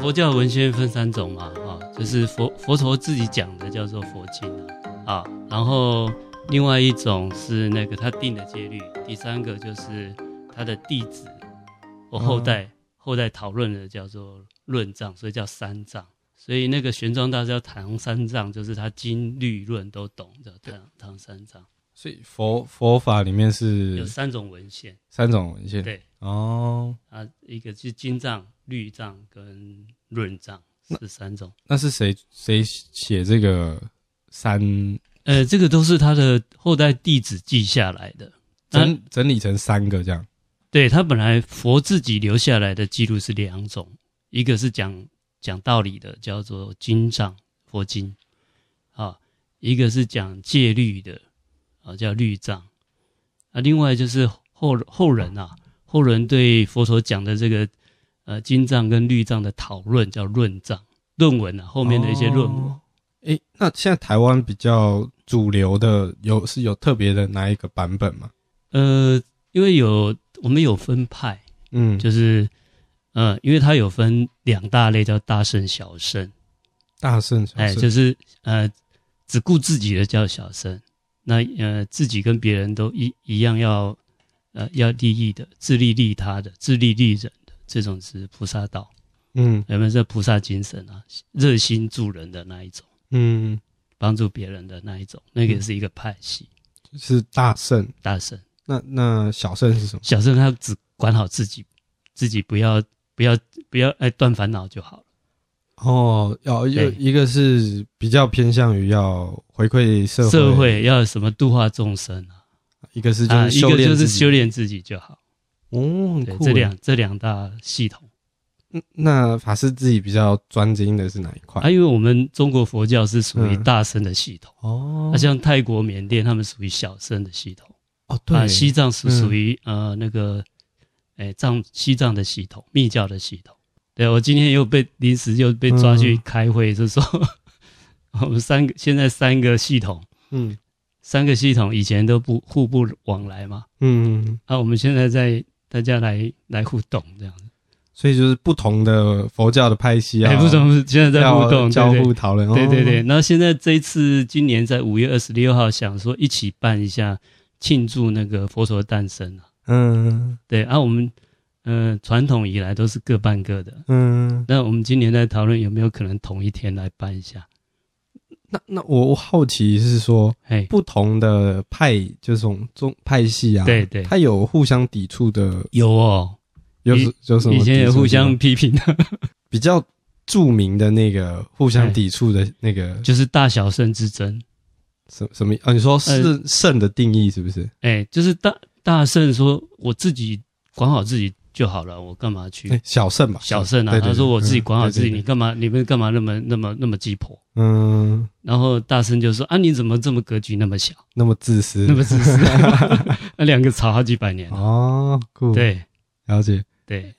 佛教文献分三种嘛，啊，就是佛佛陀自己讲的叫做佛经啊，啊，然后另外一种是那个他定的戒律，第三个就是他的弟子我后代、后代讨论的叫做论藏，所以叫三藏。所以那个玄奘大师要唐三藏，就是他经律论都懂，叫唐唐三藏。所以佛佛法里面有是三种文献，三种文献。对哦，啊，一个是经藏、律藏跟论藏是三种。那是谁谁写这个三呃，这个都是他的后代弟子记下来的。整、啊整理成三个这样？对他本来佛自己留下来的记录是两种，一个是讲讲道理的，叫做经藏佛经，啊，一个是讲戒律的，啊叫律藏，啊，另外就是后后人啊，后人对佛陀讲的这个呃经藏跟律藏的讨论叫论藏，论文啊，后面的一些论文。哦诶、那现在台湾比较主流的有是有特别的哪一个版本吗？呃，因为有我们有分派，嗯，就是呃，因为它有分两大类，叫大圣、小圣。大圣小哎，圣就是呃，只顾自己的叫小圣，那呃，自己跟别人都一一样要呃要利益的，自利利他的，自利利人的，这种是菩萨道，嗯有没有这菩萨精神啊？热心助人的那一种，嗯，帮助别人的那一种，那个也是一个派系。就是大圣。大圣、那那小圣是什么？小圣他只管好自己，自己不要不要不要哎断烦恼就好了。哦，要有对一个是比较偏向于要回馈社会，社会要什么度化众生啊？一个是就啊，是一修个炼就自己、是修炼自己就好。哦，很对，酷这耶两这两大系统。嗯那法师自己比较专精的是哪一块？啊，因为我们中国佛教是属于嗯大乘的系统，哦那、，像泰国、缅甸他们属于小乘的系统，哦对，啊，西藏是嗯属于、呃那个，诶藏西藏的系统，密教的系统。对我今天又被临时又被抓去嗯开会，就说 我们三个现在三个系统，嗯三个系统以前都不互不往来嘛，嗯，啊，我们现在在大家来来互动这样子，所以就是不同的佛教的派系要哎，不懂，现在在互要动，交对对互讨论，对对对，哦，然后现在这一次今年在五月二十六号，想说一起办一下庆祝那个佛陀诞生啊。嗯对，啊，我们嗯、呃传统以来都是各办各的，嗯，那我们今年在讨论有没有可能同一天来办一下？那那我我好奇是说。哎，不同的派，就是从宗派系啊，对对它有互相抵触的，有哦，有以什有什么以前抵也触互的相批评啊的，比较著名的那个互相抵触的那个 哎就是大小圣之争。什什么？哦，你说呃是圣的定义是不是？哎，就是大大圣说我自己管好自己就好了，我干嘛去哎，小圣吧，小圣啊？对对对他说我自己管好自己，嗯对你对对干嘛？你们干嘛那么那么那么鸡婆？嗯，然后大声就说：“啊，你怎么这么格局那么小，那么自私，那么自私？ 那两个吵好几百年了。哦，酷，，对了解。对，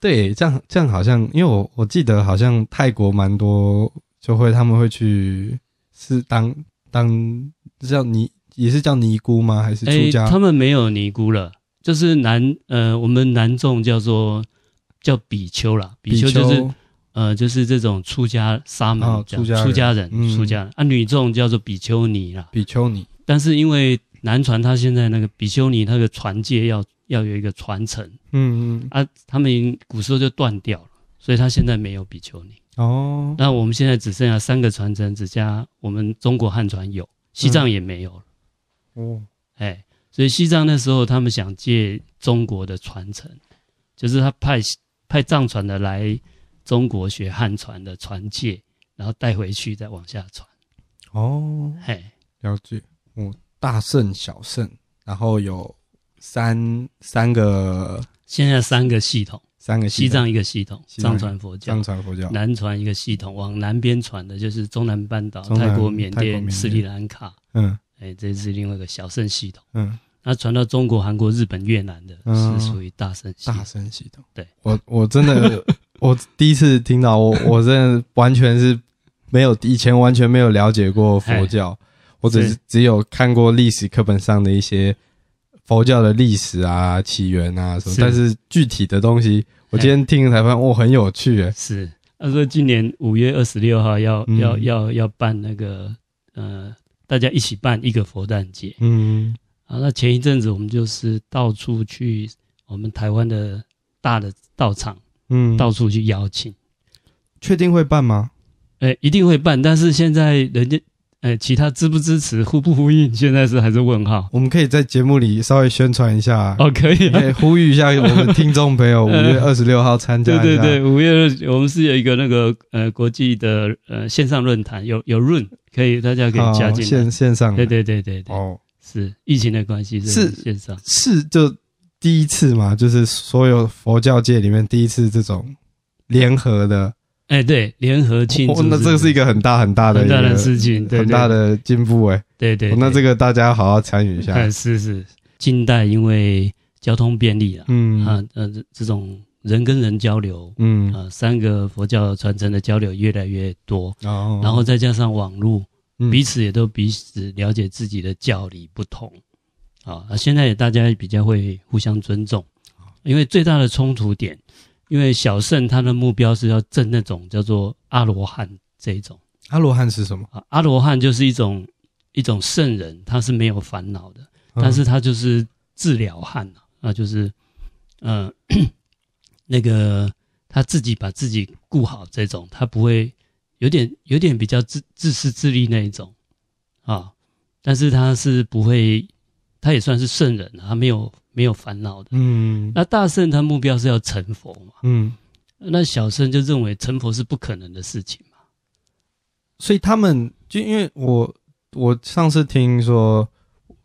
对，这样这样好像，因为我我记得好像泰国蛮多就会他们会去是当当叫尼也是叫尼姑吗？还是出哎，家？他们没有尼姑了，就是男呃，我们男众叫做叫比丘啦，比丘就是呃，就是这种出家沙门哦这样出家人出家人嗯出家人啊，女众叫做比丘尼啦。比丘尼，但是因为南传他现在那个比丘尼那个传戒要要有一个传承嗯嗯啊，他们古时候就断掉了，所以他现在没有比丘尼。哦，那我们现在只剩下三个传承，只加我们中国汉传有，西藏也没有了。哦，哎，所以西藏那时候他们想借中国的传承，就是他派派藏传的来中国学汉传的传戒，然后带回去再往下传。哦，嘿，了解，嗯，大圣、小圣，然后有三三个现在三个系统，三个西藏一个系统，西藏藏传佛教藏。传佛教，南传一个系统，往南边传的就是中南半岛、中南泰国、缅泰国缅甸、甸斯里兰卡，嗯哎，这是另外一个小圣系统。嗯，那传到中国、韩国、日本、越南的嗯是属于大圣系，大圣系统，对我我真 的我第一次听到，我我真的完全是没有以前完全没有了解过佛教，我只是哎是只有看过历史课本上的一些。佛教的历史啊、起源啊什么，是哎但是具体的东西，我今天听了才发现，哦，很有趣耶。是。他说今年五月二十六号要、嗯要要要办那个呃，大家一起办一个佛诞节嗯啊。那前一阵子我们就是到处去我们台湾的大的道场，嗯，到处去邀请，确定会办吗？哎、一定会办。但是现在人家呃，其他支不支持、呼不呼应，现在是还是问号。我们可以在节目里稍微宣传一下，哦，可以、啊，也呼吁一下我们听众朋 友，五嗯月二十六号参加对一下。对对，五月二我们是有一个那个呃国际的呃线上论坛，有有润可以大家可好以加进来。线线上对对对对对，哦，是疫情的关系是是线上，是就第一次嘛，就是所有佛教界里面第一次这种联合的，哎，对，联合庆哦祝，那这个是一个很大很大的很一大的个事情，对很大，的进步哎，对对哦对，那这个个大家好好参与一下。哎是是，近代因为交通便利了嗯啊呃这这种人跟人交流嗯，啊，三个佛教传承的交流越来越多，哦然后再加上网络，嗯彼此也都彼此了解自己的教理不同，啊，啊现在也大家也比较会互相尊重，因为最大的冲突点，因为小圣他的目标是要证那种叫做阿罗汉这一种阿罗汉是什么？啊，阿罗汉就是一种一种圣人，他是没有烦恼的，嗯但是他就是治疗汉啊，啊就是呃 那个他自己把自己顾好这种，他不会有点有点比较自自私自利那一种啊，但是他是不会，他也算是圣人啊，他没有没有烦恼的。嗯那大圣他目标是要成佛嘛，嗯，那小圣就认为成佛是不可能的事情嘛，所以他们就因为我我上次听说。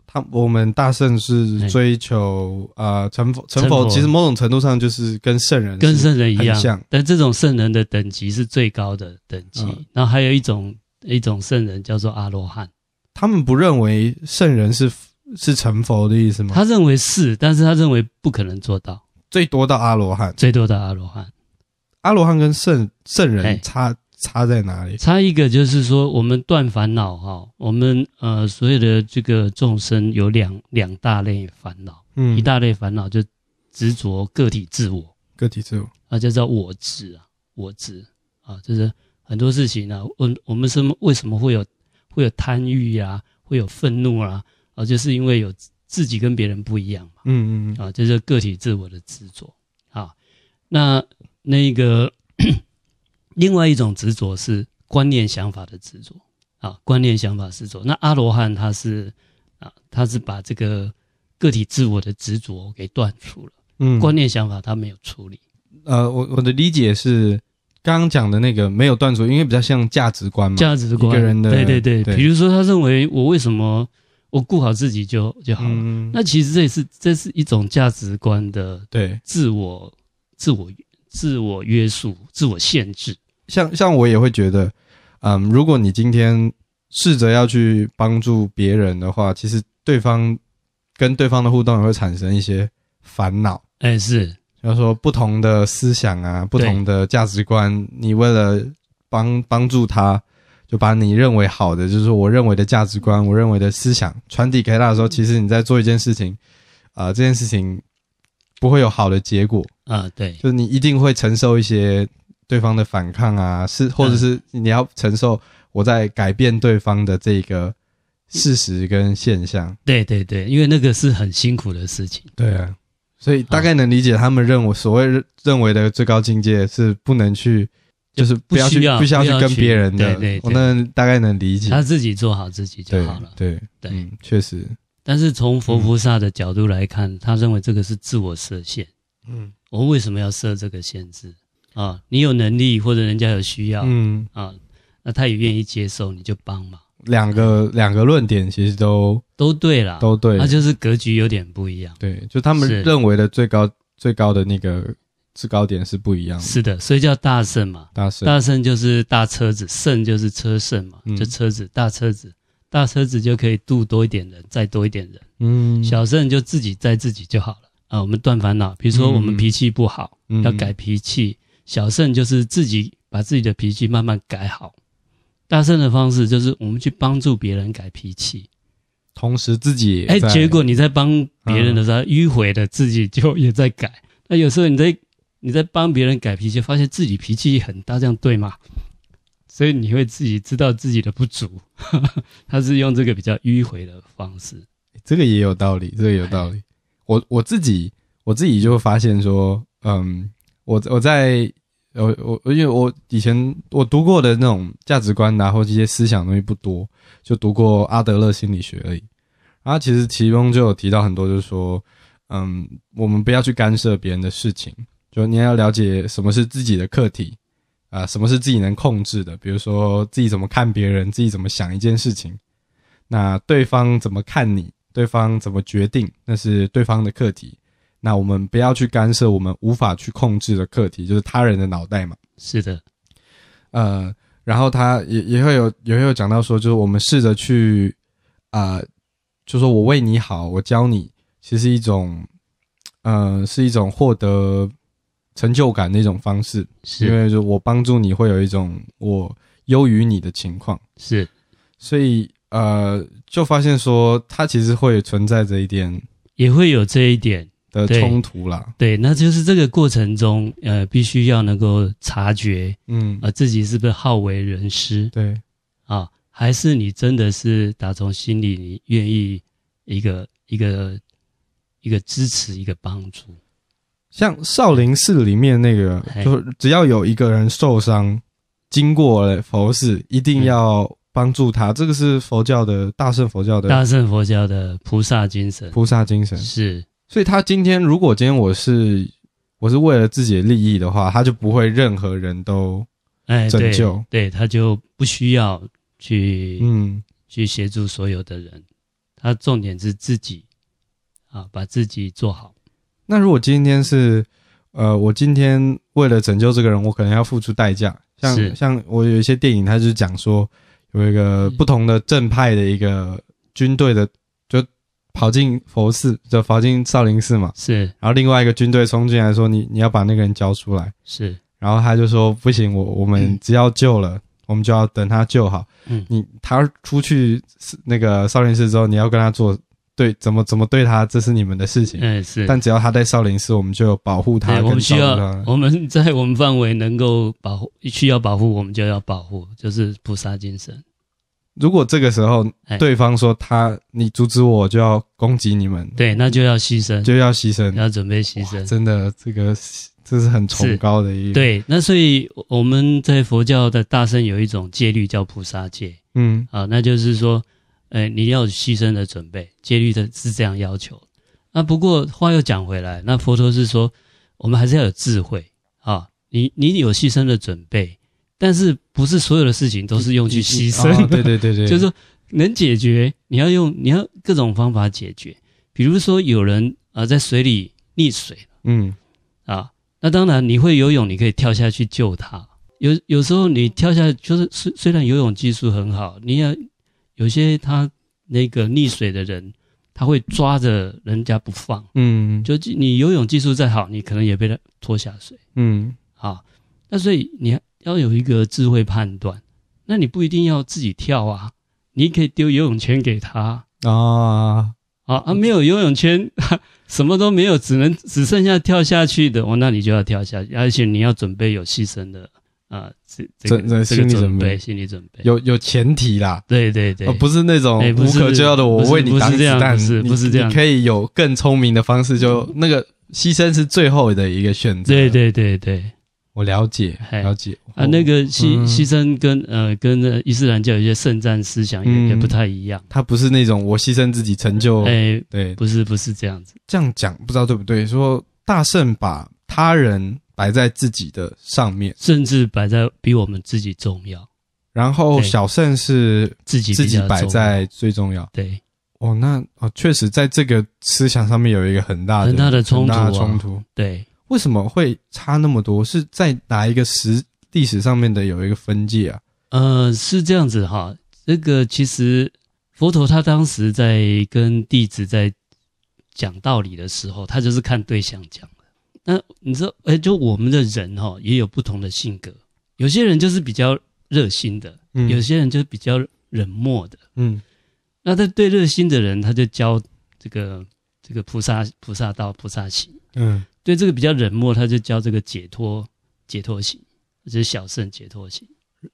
他我们大圣是哎追求啊成佛，成成佛佛其实某种程度上就是跟圣人跟是圣人一很样，像，但这种圣人的等级是最高的等级。嗯然后还有一种一种圣人叫做阿罗汉，他们不认为圣人是是成佛的意思吗？他认为是，但是他认为不可能做到，最多到阿罗汉，最多的阿罗汉。阿罗汉跟圣圣人哎差差在哪里？差一个就是说，我们断烦恼哈、我们呃所有的这个众生有两两大类烦恼，嗯一大类烦恼就执着个体自我，个体自我，啊，叫做我执啊，我执啊，就是很多事情啊，我我们什么为什么会有会有贪欲啊，会有愤怒啊，啊，就是因为有自己跟别人不一样嘛，嗯嗯啊，这就是个体自我的执着啊。那那个另外一种执着是观念想法的执着啊，观念想法执着。那阿罗汉他是啊，他是把这个个体自我的执着给断除了，嗯，观念想法他没有处理。呃，我我的理解是，刚刚讲的那个没有断除，因为比较像价值观嘛，价值观，嗯一个人的对对对，对比如说他认为我为什么我顾好自己就就好了，嗯，那其实这也是这是一种价值观的对，自我自我自我约束、自我限制。像像我也会觉得，嗯，如果你今天试着要去帮助别人的话，其实对方跟对方的互动也会产生一些烦恼。哎，是要说不同的思想啊，不同的价值观，你为了帮帮助他，就把你认为好的，就是我认为的价值观，我认为的思想传递给他的时候，其实你在做一件事情，啊、这件事情不会有好的结果，啊，对就是你一定会承受一些对方的反抗啊，是或者是你要承受我在改变对方的这个事实跟现象。对对对，因为那个是很辛苦的事情。对啊，所以大概能理解他们认为所谓认认为的最高境界是不能去，就是不要去不需要需要去跟别人的。不要去对对对我能大概能理解。他自己做好自己就对好了。对对嗯，确实，但是从佛菩萨的角度来看，他认为这个是自我设限。嗯我为什么要设这个限制啊？你有能力或者人家有需要，嗯，啊，那他也愿意接受，你就帮嘛，两个两个论点其实都都对啦，都对那、，就是格局有点不一样。对，就他们是认为的最高最高的那个制高点是不一样的。是的，所以叫大圣嘛，大圣，大圣就是大车子，圣就是车圣嘛，嗯就车子大车子，大车子就可以度多一点人，再多一点人，嗯，小圣就自己载自己就好了啊。我们断烦恼，比如说我们嗯脾气不好，嗯要改，脾气，小圣就是自己把自己的脾气慢慢改好。大圣的方式就是我们去帮助别人改脾气，同时自己也哎，在结果你在帮别人的时候，迂回的自己就也在改。那有时候你在你在帮别人改脾气，发现自己脾气很大，这样对吗？所以你会自己知道自己的不足， 他是用这个比较迂回的方式。这个也有道理，这个也有道理。我我自己我自己就发现说，嗯，我我在我我因为我以前我读过的那种价值观啊，或这些思想东西不多，就读过阿德勒心理学而已。然后其实其中就有提到很多，就是说，嗯，我们不要去干涉别人的事情，就你要了解什么是自己的课题，啊、什么是自己能控制的，比如说自己怎么看别人，自己怎么想一件事情，那对方怎么看你，对方怎么决定，那是对方的课题。那我们不要去干涉我们无法去控制的课题，就是他人的脑袋嘛。是的，呃，然后他也也会有也会有讲到说，就是我们试着去啊、呃就说我为你好，我教你，其实是一种呃是一种获得成就感的一种方式，因是为就我帮助你会有一种我优于你的情况，是所以呃就发现说它其实会存在着一点也会有这一点。的对冲突啦，对，那就是这个过程中，呃，必须要能够察觉，嗯，呃，自己是不是好为人师对，啊，还是你真的是打从心里你愿意一个一个一个支持，一个帮助，像少林寺里面那个，嘿就是只要有一个人受伤，经过了佛寺，一定要帮助他，这个是佛教的大乘佛教的大乘佛教的菩萨精神菩萨精神。是所以他今天如果今天我是我是为了自己的利益的话，他就不会任何人都哎，拯对救。对，他就不需要去、嗯，去协助所有的人，他重点是自己啊，把自己做好，那如果今天是呃，我今天为了拯救这个人，我可能要付出代价。是像像我有一些电影，它就是讲说有一个不同的正派的一个军队的，就跑进佛寺，就跑进少林寺嘛。是然后另外一个军队冲进来说：“你你要把那个人交出来。”是然后他就说：“不行，我我们只要救了，我们就要等他救好。嗯你他出去那个少林寺之后，你要跟他做对怎么怎么对他，这是你们的事情。嗯是，但只要他在少林寺，我们就有保护他对，我跟们照需顾要他。我们在我们范围能够保护，需要保护我们就要保护，就是菩萨精神。如果这个时候哎对方说他你阻止我，就要攻击你们，对，那就要牺牲，就要牺牲。嗯要准备牺牲。真的，这个这是很崇高的一个，对，那所以我们在佛教的大圣有一种戒律叫菩萨戒嗯啊，那就是说，呃，你要有牺牲的准备，戒律的是这样要求。那不过话又讲回来，那佛陀是说，我们还是要有智慧啊，你你有牺牲的准备，但是不是所有的事情都是用去牺牲啊对对对 对，就是说能解决，你要用你要各种方法解决。比如说有人啊、呃在水里溺水嗯，啊，那当然你会游泳，你可以跳下去救他。有有时候你跳下，就是虽虽然游泳技术很好，你要有些他那个溺水的人，他会抓着人家不放。嗯就你游泳技术再好，你可能也被他拖下水。嗯啊。那所以你要有一个智慧判断，那你不一定要自己跳啊，你可以丢游泳圈给他啊，啊啊，没有游泳圈， 什么都没有，只能只剩下跳下去的哦，那你就要跳下去，而且你要准备有牺牲的啊，这这这这个这心个理准准备备，心理准备，有有前提啦，对对对哦，，不是那种哎不无是可救药的，我不是为你不是挡子这样弹，不是你不是这样嗯你可以有更聪明的方式，就那个牺牲是最后的一个选择。对，对对对我了解，嘿了解啊，那个个牺嗯牺牲跟呃跟呃伊斯兰教有一些圣战思想也嗯哦也不太一样，他不是那种我牺牲自己成就，哎，对，不是不是这样子，这样讲不知道对不对？说大圣把他人摆在自己的上面，甚至摆在比我们自己重要。然后对小圣是自己比较自己摆重在最重要。对哦，那哦，确实在这个思想上面有一个很大的很大的冲突啊很大的冲突。对，为什么会差那么多？是在哪一个时历史上面的有一个分界啊？呃，是这样子哈。这个其实佛陀他当时在跟弟子在讲道理的时候，他就是看对象讲的。那你知道，哎、就我们的人哈、也有不同的性格，有些人就是比较热心的，嗯有些人就是比较冷漠的。嗯那在对热心的人，他就教这个这个菩萨菩萨道菩萨行。嗯对这个比较冷漠，他就教这个解脱解脱型，这是小圣解脱型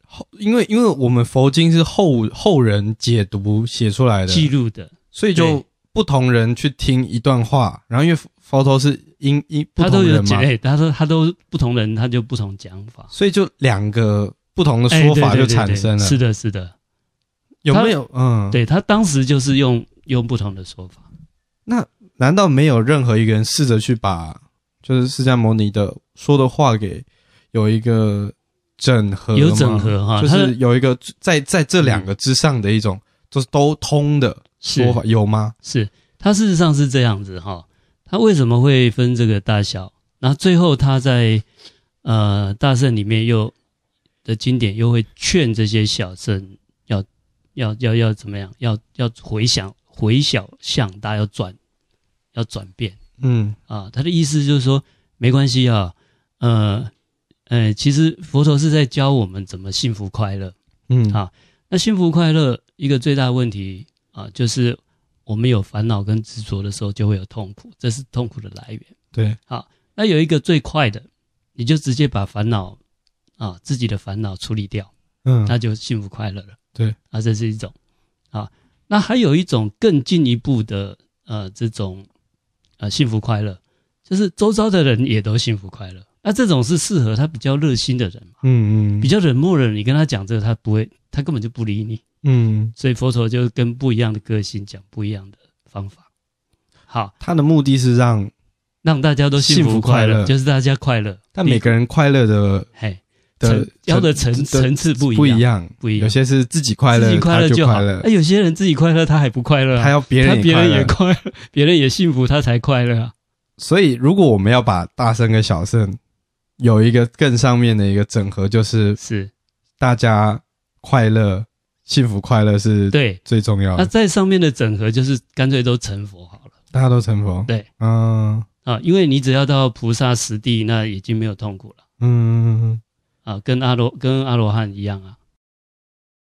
后因为因为我们佛经是后后人解读写出来记的，录的。所以就对不同人去听一段话，然后因为佛头是因因不他都同有人解，嘛，哎他说他都不同人，他就不同讲法，所以就两个不同的哎说对法对就对产对生了。是的，是的，有他没有？嗯，。对他当时就是用用不同的说法，那难道没有任何一个人试着去把就是释迦牟尼的说的话给有一个整合吗？有整合哈，就他是的嗯有一个在在这两个之上的一种，就是都通的是说法，有吗？是，他事实上是这样子哈。他为什么会分这个大小？然后最后他在呃大圣里面又的经典又会劝这些小圣要要要要怎么样？要要回想回小向大，要转要转变嗯啊。他的意思就是说，没关系啊，呃呃，其实佛陀是在教我们怎么幸福快乐。嗯，好那幸福快乐一个最大的问题啊，就是我们有烦恼跟执着的时候，就会有痛苦，这是痛苦的来源。对，那有一个最快的，你就直接把烦恼啊自己的烦恼处理掉，嗯，那就幸福快乐了。对，啊，这是一种啊。那还有一种更进一步的呃这种呃幸福快乐，就是周遭的人也都幸福快乐。那这种是适合他比较热心的人嘛，嗯比嗯较冷漠的人，你跟他讲这个，他不会，他根本就不理你。嗯，所以佛陀就跟不一样的个性讲不一样的方法。好，他的目的是让让大家都幸幸福福快快乐乐，就是大家快乐。但每个人快乐的嘿，的层要的层的层次不一不一样，样，不一样有些是自己快乐，自己快他乐就好。哎乐那，有些人自己快乐，他还不快乐啊，还要别他人别快人也乐。啊快乐， 别人也幸福，他才快乐啊。所以，如果我们要把大圣跟小圣有一个更上面的一个整合，就是是大家快乐、幸福、快乐是对。最重要那的，在上面的整合就是干脆都成佛好了大家都成佛。对，嗯啊，因为你只要到菩萨实地，那已经没有痛苦了嗯，啊，跟阿罗跟阿罗汉一样啊，